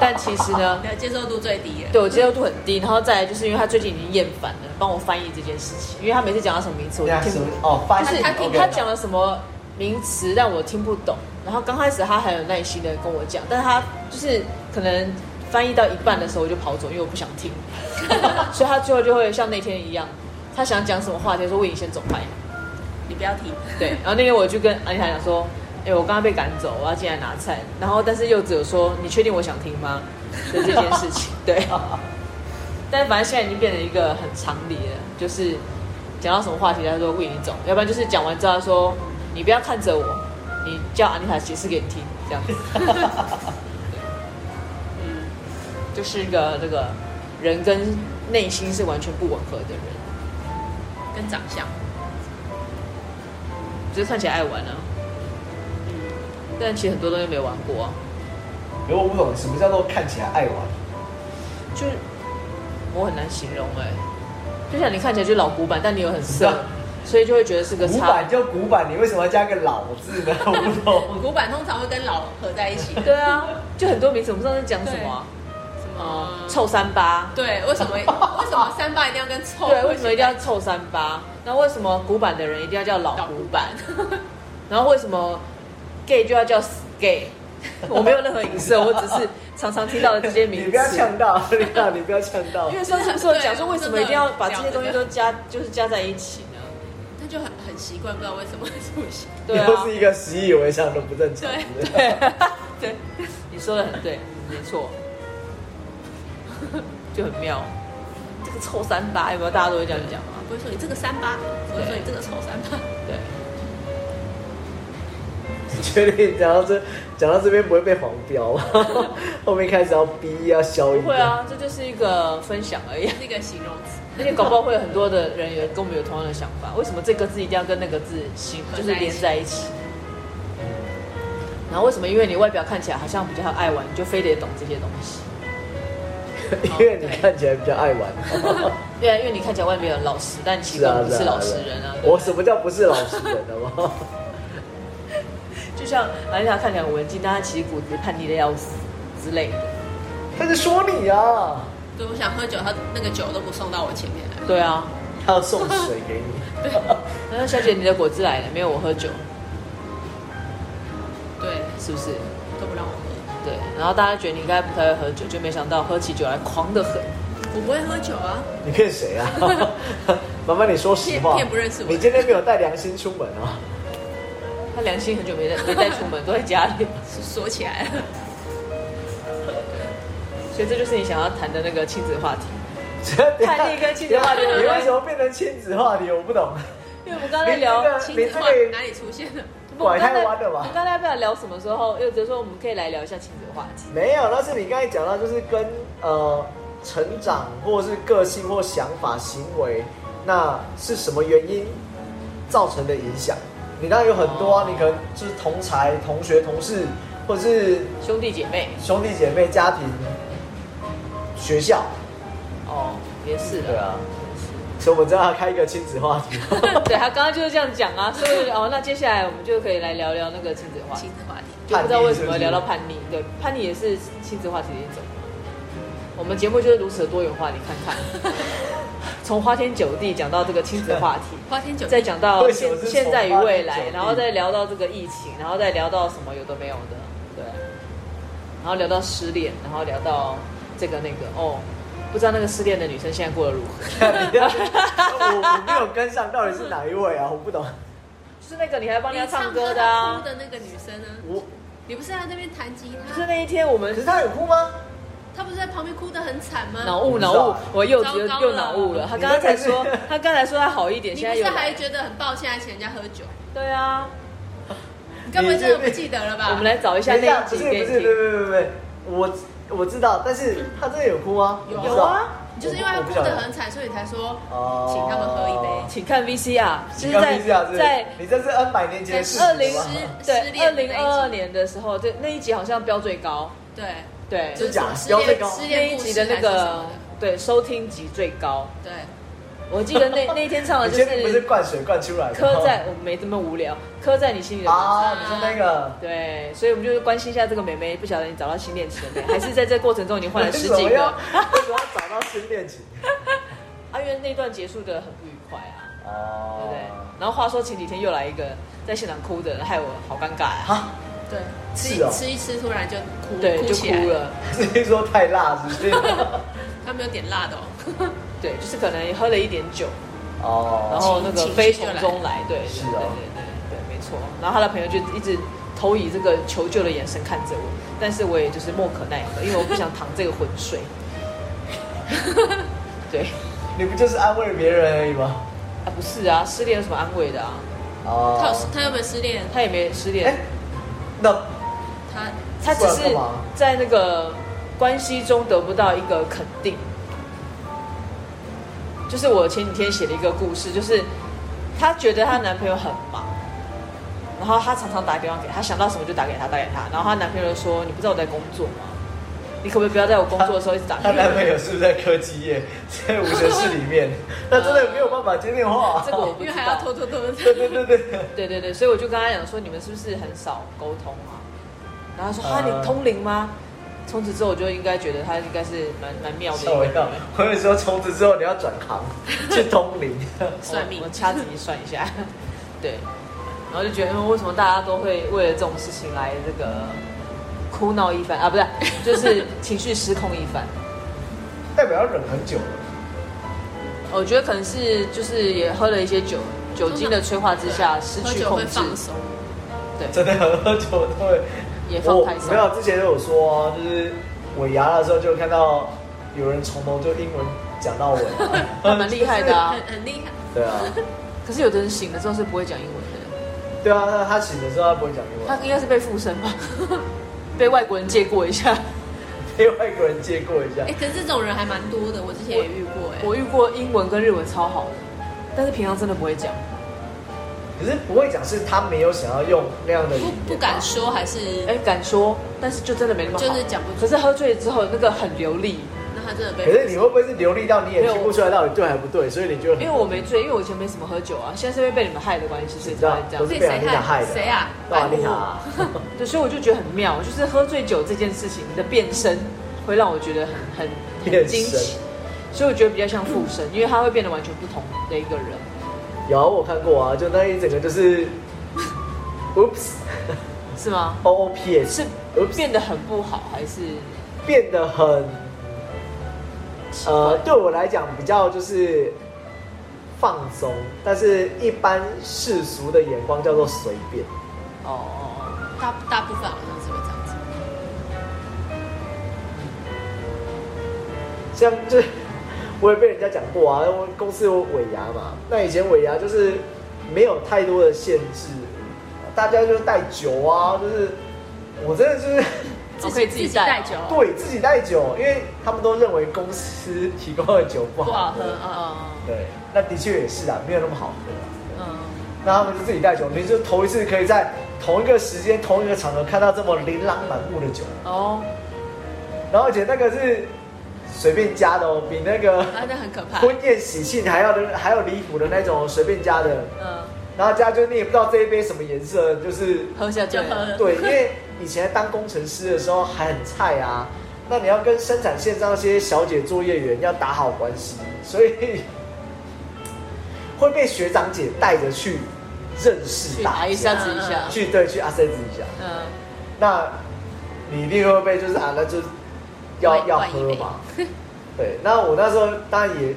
S4: 但其实呢，
S2: 那接受度最低了。
S4: 对我接受度很低。然后再来就是因为他最近已经厌烦了，帮我翻译这件事情，因为他每次讲到什么名词，我
S3: 对啊，
S4: 就
S3: 什
S4: 听
S3: 么
S4: 不，
S3: 哦，发
S4: 就
S3: 现
S4: 是他听
S3: OK
S4: 他 讲了什么名词让我听不懂。然后刚开始他很有耐心的跟我讲，但是他就是可能翻译到一半的时候我就跑走，因为我不想听， 所以他最后就会像那天一样，他想讲什么话题，他说魏颖先走开。
S2: 你不要提。
S4: 对，然后那天我就跟安妮塔讲说，哎、我刚刚被赶走，我要进来拿菜。然后但是柚子有说，你确定我想听吗？就这件事情，对。但反正现在已经变成一个很常理了，就是讲到什么话题，他说为你走，要不然就是讲完之后他说你不要看着我，你叫安妮塔解释给你听，这样子。嗯，就是一个这个人跟内心是完全不吻合的人，
S2: 跟长相，
S4: 只是看起来爱玩啊，嗯但其实很多东西没玩过啊。
S3: 如果我不懂什么叫做看起来爱玩，
S4: 就是我很难形容哎、就像你看起来就老古板，但你又很
S3: 是
S4: 色
S3: 啊，
S4: 所以就会觉得是个
S3: 古
S4: 差
S3: 板。就古板，你为什么要加个老字呢？ 我不懂。
S2: 古板通常会跟老合在一起。
S4: 哦对啊，就很多名词，我们上次讲什么啊、
S2: 什
S4: 哦
S2: 么、
S4: 臭三八，
S2: 对，为什么为什么三八一定要跟臭？
S4: 对，为什么一定要臭三八？那为什么古板的人一定要叫老
S2: 老
S4: 古
S2: 古
S4: 板
S2: 板？？
S4: 然后为什么 gay 就要叫死 gay？我没有任何影射，我只是常常听到的这些名
S3: 你
S4: 词。
S3: 不要呛到，你不要你不要呛到
S4: 因。为上次不是有讲说，为什么一定要把这些东西都加，就是加在一起呢？
S2: 那就很很习惯，不知道为什么会出现。
S3: 你
S4: 对啊，
S3: 又是一个习以为常的不正常。
S2: 对
S3: 是不是
S4: 对，对， 你说的很对，没错，就很妙。这个臭三八，有没有？大家都会这样讲嘛。
S2: 不会说你这个三八，不会说你这个丑三八。
S4: 对，
S3: 你 确定讲到这，讲到这边不会被黄标吗？ 后面开始要逼要消音。
S4: 不会。啊，这就是一个分享而已。
S2: 那个形容词，
S4: 而且搞不好会有很多的人有跟我们有同样的想法，为什么这个字一定要跟那个字形就是连在一起？然后为什么因为你外表看起来好像比较爱玩，你就非得懂这些东西？
S3: 因为你看起来比较爱 玩。
S4: 对啊，因为你看起来外面很老实，但其实不是老实人啊。对
S3: 啊我什么叫不是老实人，好不好？
S4: 就像兰丽塔看起来很文静，但她其实骨子叛逆的要死之类的。
S3: 他在说你啊，
S2: 对，我想喝酒，他那个酒都不送到我前面来。
S4: 对啊，
S3: 他要送水给 你。
S4: 那小姐你的果汁来了，没有我喝酒，
S2: 对，
S4: 是不是？
S2: 都不让我喝。
S4: 对，然后大家觉得你应该不太会喝酒，就没想到喝起酒来狂的很。
S2: 我不会喝酒啊，
S3: 你骗谁 啊？麻烦你说实话。
S2: 骗骗不认识我
S3: 你今天没有带良心出门啊？
S4: 她良心很久没带没带出门，都在家里，
S2: 是锁起来了。
S4: 所以这就是你想要谈的那个亲子话题。叛
S3: 叛
S4: 逆跟亲子话题
S3: 你为什么变成亲子话题？我不懂。
S4: 因为我们刚才聊，
S3: 你这个
S2: 亲
S3: 你
S2: 子
S3: 这
S2: 化
S3: 个
S2: 哪里出现的？
S4: 我们刚才
S3: 拐太弯了吧
S4: 我们刚才不知道聊什么时候，又只是说我们可以来聊一下亲子话题。
S3: 没有，但是你刚才讲到，就是跟呃成长或是个性或想法、行为，那是什么原因造成的影响？你当然有很多啊，
S4: 哦
S3: 你可能就是同才、同学、同事，或者是
S4: 兄弟姐妹，
S3: 兄弟姐妹、家庭、学校，
S4: 哦，也是
S3: 对
S4: 的。
S3: 啊。所以我们知道要开一个亲子话题，
S4: 对他刚刚就是这样讲啊，所以我就哦，那接下来我们就可以来聊聊那个亲子话题
S2: 亲。子话题，
S4: 就不知道为什么聊到叛逆，对，叛逆也是亲子话题的一种。啊我们节目就是如此的多元化，你看看，从花天酒地讲到这个亲子话题，
S2: 花天酒地
S4: 再讲到
S3: 为什
S4: 现
S3: 么是从
S4: 现在与未
S3: 花天
S4: 来，
S3: 酒地
S4: 然后再聊到这个疫情，然后再聊到什么有的没有的，对，啊然后聊到失恋，然后聊到这个那个哦，不知道那个失恋的女生现在过得如何，
S3: 我我没有跟上，到底是哪一位啊？我不懂。
S4: 就是那个你还帮人
S2: 你
S4: 家唱
S2: 唱
S4: 歌
S2: 歌
S4: 的啊
S2: 哭，的那个女生呢？
S3: 我
S2: 你不是在那边弹吉
S4: 就是
S2: 他？
S4: 那一天我们
S3: 可是他有哭吗？
S2: 她不是在旁边哭得很惨吗？
S4: 脑雾
S3: 我不知道
S4: 脑雾
S3: 哎，
S4: 我柚子又
S2: 糟糕了
S4: 又脑雾了。他刚刚才说
S3: 你那个是，
S4: 他刚才说他好一点，
S2: 你
S4: 现
S2: 不
S4: 在
S2: 是
S4: 又
S2: 还
S4: 来
S2: 觉得很抱歉，还请人家喝酒？
S4: 对啊。
S2: 你根本真的不记得了吧？
S4: 我们来找一下
S3: 等一下
S4: 那一
S3: 不
S4: 集
S3: 是
S4: 给
S3: 不
S4: 你
S3: 是，不
S4: 听。
S3: 是不是不是，我我知道，但是他真的有哭吗？
S2: 有啊
S3: 我不知道
S4: 有啊
S2: 你就是因为她哭得很惨，所以你才说
S3: 哦
S2: 请他们喝一杯。
S4: 请看 VCR，就
S3: 请
S4: 是
S3: 看
S4: 在
S3: VCR 是不是
S4: 在
S3: 你这是 N 百年前的事
S4: 二
S3: 情
S4: 零
S3: 吗
S2: 十失
S4: 对二
S2: 恋的那一集
S4: 零二二年的时候，对那一集好像标最高，
S2: 对，
S4: 对
S2: 就
S3: 真
S2: 是
S3: 假
S2: 什么
S3: 标最
S2: 失恋
S3: 高
S2: 失
S4: 那
S2: 恋
S4: 一
S2: 故
S4: 集
S2: 事
S4: 的
S2: 还
S4: 那
S2: 是什么
S4: 个
S2: 的。
S4: 对收听集最高。
S2: 对，
S4: 我记得那那一天唱的
S3: 你
S4: 就
S3: 确定不是
S4: 是
S3: 灌水灌出来的吗？
S4: 刻在我没这么无聊，刻在你心里的名字。
S3: 啊，你说那个
S4: 对，所以我们就是关心一下这个妹妹，不晓得你找到新恋情了没？还是在这过程中你换了十几
S3: 为什么要
S4: 个？
S3: 为什么要找到新恋情？
S4: 阿元啊那段结束的很不愉快啊，对不对
S3: 哦，？
S4: 然后话说前几天又来一个在现场哭的人，害我好尴尬啊。
S3: 啊，
S2: 对，吃
S3: 是哦
S2: 一吃一吃，突然就哭，
S4: 对，
S2: 哭
S4: 就
S2: 起来
S4: 哭。了。
S3: 是听说太辣是不是？
S2: 他没有点辣的 哦，
S4: 对，就是可能喝了一点酒，然
S3: 哦，
S4: 后那个悲从中来。对，
S3: 是
S4: 对
S3: 哦
S4: 对对对，没错。然后他的朋友就一直投以这个求救的眼神看着我，但是我也就是莫可奈何，因为我不想淌这个浑水。对，
S3: 你不就是安慰别人而已吗？
S4: 啊不是啊，失恋有什么安慰的啊？
S2: 他有
S3: 哦，
S2: 他有没有失恋？
S4: 他也没失恋
S3: 哎，，那
S2: 他
S4: 他只是
S3: 不然干嘛
S4: 在那个关系中得不到一个肯定。就是我前几天写了一个故事，就是她觉得她男朋友很忙，然后她常常打电话给他，想到什么就打给他，打给他，然后她男朋友就说：“你不知道我在工作吗？你可不可以不要在我工作的时候一直打
S3: 她
S4: 电话
S3: 男朋友是不是在科技业， 在无尘室里 面？那真的没有办法接电话、
S4: 这个我不
S2: 因
S4: 知
S2: 为
S4: 道
S2: 还要偷偷 偷偷
S3: 对对对对，？”
S4: 对对对，所以我就跟她讲说：“你们是不是很少沟通啊？”然后她说：“哈，你
S3: 呃
S4: 通灵吗？”从此之后，我就应该觉得她应该是蛮蛮妙的一
S3: 吓我
S4: 个
S3: 一
S4: 女
S3: 跳
S4: 人。！
S3: 我跟你说，从此之后你要转 行去通灵。
S2: 算命
S4: 我我掐指一算一下， 对，然后就觉得，嗯，为什么大家都会为了这种事情来这个哭闹一番啊？不是， 就是情绪失控一番。
S3: 代表要忍很久了，
S4: 我觉得可能是就是也喝了一些酒，酒精的催化之下失
S2: 喝
S4: 去
S2: 酒
S4: 控
S2: 会
S4: 制，
S2: 放松，
S4: 对，
S3: 真的很喝酒都会。
S4: 也放
S3: 我
S4: 太松，
S3: 没。有之前就有说、就是尾牙的时候就看到有人从头就英文讲到尾啊
S4: 还蛮厉害的啊
S2: 很。很厉害。
S3: 对啊，
S4: 可是有的人醒了之后是不会讲英文的，
S3: 对啊，那他醒的时候他不会讲英
S4: 他
S3: 文，
S4: 应该是被附身吧，被外国人借过一下。
S3: 被外国人借过一下
S2: 哎、。可是这种人还蛮多的，我之前也遇过哎、
S4: 我遇过英文跟日文超好的，但是平常真的不会讲。
S3: 可是不会讲是他没有想要用那样的语言吧，
S2: 不不敢说，还是
S4: 哎、敢说，但是就真的没那么好。
S2: 就是讲不出
S4: 可是喝醉之后，那个很流利，
S2: 那他真的被
S3: 可是你会不会是流利到你也
S4: 没有
S3: 听不出来到底对还不对，所以你就
S4: 因为我没醉，因为我以前没什么喝酒啊，现在是因为被你们害的关系，所以才会这
S3: 都
S4: 样
S3: 是。
S2: 被
S3: 被
S2: 谁
S3: 安妮塔害
S2: 害
S3: 的？
S2: 谁啊？
S4: 哦
S3: 对安
S2: 白
S3: 妮
S2: 目
S3: 塔啊，
S4: 对，所以我就觉得很妙，就是喝醉酒这件事情的变身，会让我觉得很很很
S3: 变
S4: 惊
S3: 身
S4: 奇。所以我觉得比较像附身，因为他会变得完全不同的一个人。
S3: 有啊我看过啊，就那一整个就是 ，oops
S4: 是吗？
S3: o o p s
S4: 是变得很不好，还是
S3: 变得很
S4: 奇
S3: 呃
S4: 怪，
S3: 对我来讲比较就是放松，但是一般世俗的眼光叫做随便。
S4: 哦哦
S2: 大大部分好像是会这样子。
S3: 像就是我也被人家讲过啊，我公司有尾牙嘛，那以前尾牙就是没有太多的限制，大家就是带酒啊，就是我真的就是
S2: 自己
S4: 哦，我可以自己带
S2: 自己带酒
S3: 对自己带酒，因为他们都认为公司提供的酒不好
S2: 不好喝
S3: 喝，嗯
S2: 啊、
S3: 对，那的确也是啊，没有那么好喝啊、
S4: 嗯嗯，
S3: 那他们就自己带酒，你就头一次可以在同一个时间、同一个场合看到这么琳琅满目的酒，
S4: 哦，
S3: 然后而且那个是随便加的哦，比那个
S2: 啊，那很可 怕。
S3: 婚宴喜庆还要的还要离谱的那种随便加的，
S4: 嗯，
S3: 然后加就你也不知道这一杯什么颜色， 就是
S4: 喝下就
S2: 就喝了
S3: 对，因 为以前当工程师的时候还很菜啊，那你要跟生产线上那些小姐作业员要打好关系，所以会被学长姐带着去认识
S4: 去
S3: 大
S4: 打一
S3: 家，
S4: 下子一下，
S3: 去对去阿塞子一下，
S4: 嗯，
S3: 那你一定会被就是啊，那就是要
S2: 换
S3: 要
S2: 换一
S3: 喝
S2: 杯
S3: 嘛，对，那我那时候当然也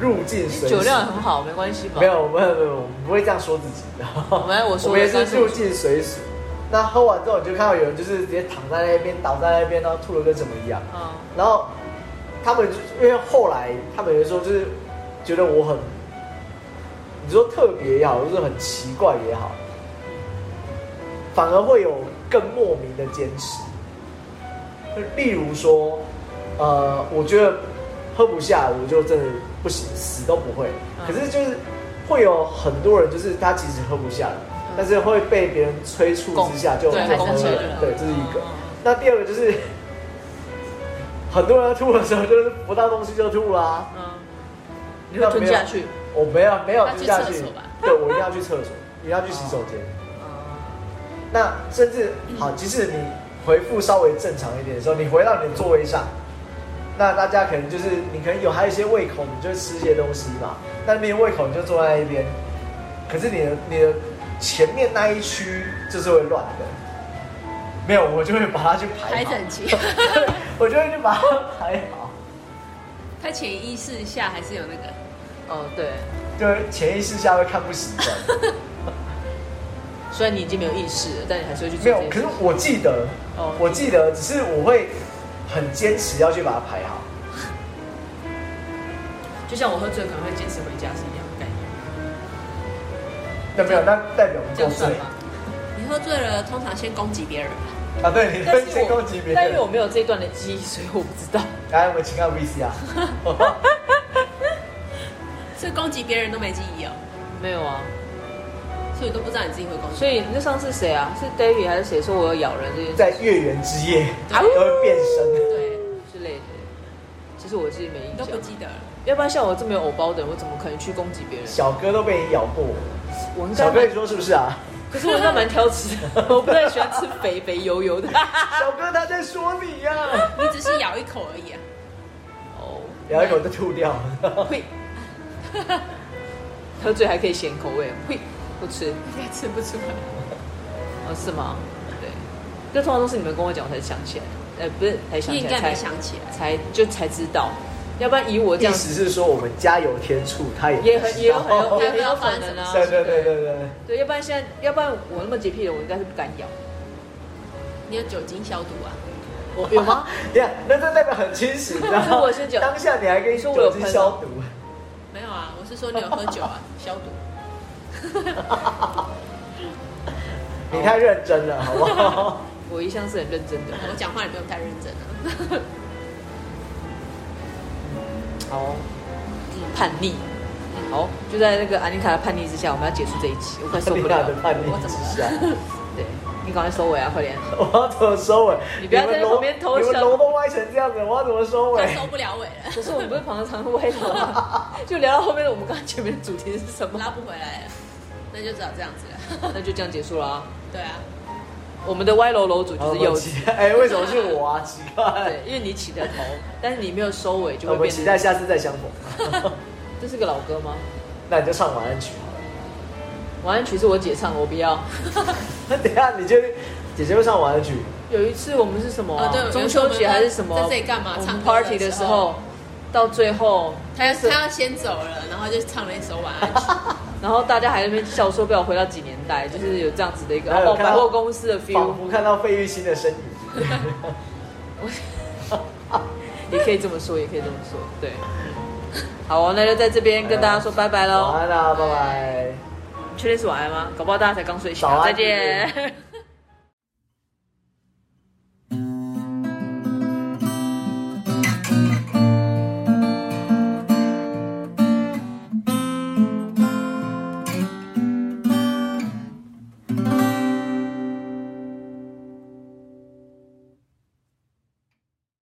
S3: 入境随
S4: 酒
S3: 俗
S4: 量很好，没关系吧？
S3: 没，有，没有，没有，我们不会这样说自己的。
S4: 没有我说的
S3: 们也是
S4: 但是我
S3: 入境随俗。那喝完之后，你就看到有人就是直接躺在那边，倒在那边，然后吐的跟什么一样。
S4: 嗯，
S3: 然后他们就因为后来他们有时候就是觉得我很，你说特别也好，就是很奇怪也好，反而会有更莫名的坚持。例如说，呃，我觉得喝不下，我就真的不行，死都不会。
S4: 嗯
S3: 可是就是会有很多人，就是他其实喝不下了，但是会被别人催促之下就
S4: 嗯对
S3: 喝
S4: 还
S3: 了
S4: 是喝了。
S3: 对，这是一个
S4: 嗯。
S3: 那第二个就是，很多人吐的时候就是不到东西就吐啦、
S4: 嗯，你会吞下去，
S3: 我没有没有
S2: 那去
S3: 就下
S2: 厕
S3: 去
S2: 所吧，哦
S3: 对我一定要去厕所，一定要去洗手间。
S4: 嗯
S3: 那甚至好，即使你回复稍微正常一点的时候，你回到你的座位上，那大家可能就是你可能有还有一些胃口，你就吃一些东西嘛。那没有胃口，你就坐在那边。可是你的你的前面那一区就是会乱的，没有，我就会把它去排
S2: 排
S3: 好，
S2: 整齐，
S3: 我就会去把它排好。
S2: 他潜意识下还是有那个，
S4: 哦，对，
S3: 就是潜意识下会看不习 惯，
S4: 虽然你已经没有意识了，但你还是会去
S3: 没
S4: 做
S3: 有
S4: 这。件
S3: 可
S4: 事
S3: 是我记得，
S4: 哦
S3: 我记得，只是我会很坚持要去把它排好。
S4: 就像我喝醉可能会坚持回家是一样的概念，
S3: 那没有，那代表我
S4: 这
S3: 们够
S4: 样算
S3: 醉
S4: 吗？
S2: 你喝醉了，通常先攻击别人吧。
S3: 啊！对，你
S4: 但
S3: 会
S4: 是
S3: 先
S4: 我
S3: 攻击别
S4: 但因为我
S3: 人。
S4: 没有这一段的记忆，所以我不知道。
S3: 来，我们请看 VC 啊。
S2: 所以攻击别人都没记忆哦，
S4: 没有啊，
S2: 所以都不知道你自己会攻击。
S4: 所以那上次谁啊？是 David 还是谁说我有咬人这件事
S3: 在月圆之夜，
S4: 啊
S3: 都会变身。
S2: 对，
S4: 之类的？其实我自己没印
S2: 你都不
S4: 象，
S2: 记得了。
S4: 要不然像我这么有偶包的人，我怎么可能去攻击别人？
S3: 小哥都被你咬过，
S4: 我应该
S3: 小哥
S4: 蛮
S3: 你说是不是啊？
S4: 可是我应该蛮挑食 的，我不太喜欢吃肥肥油油 的。
S3: 小哥他在说你呀、啊，
S2: 你只是咬一口而已啊。
S4: 哦，
S3: 咬一口就吐掉。
S4: 呸！喝醉还可以显口味，呸！不吃
S2: 应该吃不出来。
S4: 哦，是吗？对，这通常都是你们跟我讲，我才想起来，呃，不是才想
S2: 你
S4: 起
S2: 应
S4: 来，
S2: 该没
S4: 才
S2: 想起来，
S4: 才就才知道，要不然以 我这
S3: 意
S4: 样
S3: 思是说我们家有天助，他也
S4: 也很也有很有
S2: 哦
S4: 也有可能啊，
S3: 对对对对对。
S4: 对，要不然现在要不然我那么洁癖的，我应该是不敢咬。
S2: 你有酒精消毒啊？
S4: 我有吗？
S3: 呀，那这代表很清醒，然
S4: 如
S3: 后
S4: 果是酒
S3: 当下你还跟
S4: 说我有
S3: 酒精
S4: 喷
S3: 消
S4: 吗
S3: 毒，
S2: 没有啊，我是说你有喝酒啊，消毒。
S3: 你太认真了，好不好？
S4: 我一向是很认真的。
S2: 我讲话也不用太认真啊。
S4: 好哦，叛逆。
S3: 嗯
S4: 好，就在那个安妮卡的叛逆之下，我们要结束这一集，我快 受不
S3: 你俩
S4: 了
S3: 的
S4: 了。
S3: 叛逆
S2: 我怎
S3: 之
S2: 么
S3: 下，
S4: 对，你赶快收尾啊，快点！
S3: 我要怎么收尾？
S4: 你不要在
S3: 们
S4: 那
S3: 楼
S4: 旁边偷
S3: 你们
S4: 笑
S3: 楼都歪成这样子，我要怎么收
S2: 他
S3: 尾？
S2: 收不了尾了，
S4: 可是我们不是常常歪楼吗？ 就聊到后面的，我们刚刚前面的主题是什么？
S2: 拉不回来了，那就只好这样子了。
S4: 那就这样结束了啊。
S2: 对啊，
S4: 我们的歪楼楼主
S3: 好
S4: 就是柚
S3: 我
S4: 子，
S3: 期待哎，为什么是我啊？奇怪
S4: 对，，因为你起的头，但是你没有收尾，就
S3: 我
S4: 会
S3: 们
S4: 变
S3: 期
S4: 成
S3: 待下次再相逢。
S4: 这是个老歌吗？
S3: 那你就唱晚安曲好了。
S4: 晚安曲是我姐唱，的，我不要。
S3: 那 等一下你就姐姐会唱晚安曲，
S4: 有一次我们是什么啊、
S2: 哦对有一次
S4: 中秋节还是什么？
S2: 我们在这里干嘛
S4: 我们
S2: 唱歌的
S4: party 的
S2: 时
S4: 时
S2: 候
S4: 候，到最后，
S2: 他要他要先走了，然后就唱了一首晚安曲。
S4: 然后大家还在那边笑说不要回到几年代，就是有这样子的一个
S3: 然后有
S4: 哦
S3: 看到
S4: 百货公司的 feel
S3: 仿。佛看到费玉清的身影。
S4: 也可以这么说，也可以这么说，对。 好哦，那就在这边跟大家说拜拜
S3: 晚
S4: 喽。
S3: 安啦，拜拜。
S4: 你确定是晚安吗？搞不好大家才刚睡醒
S3: 早。安
S4: 再见。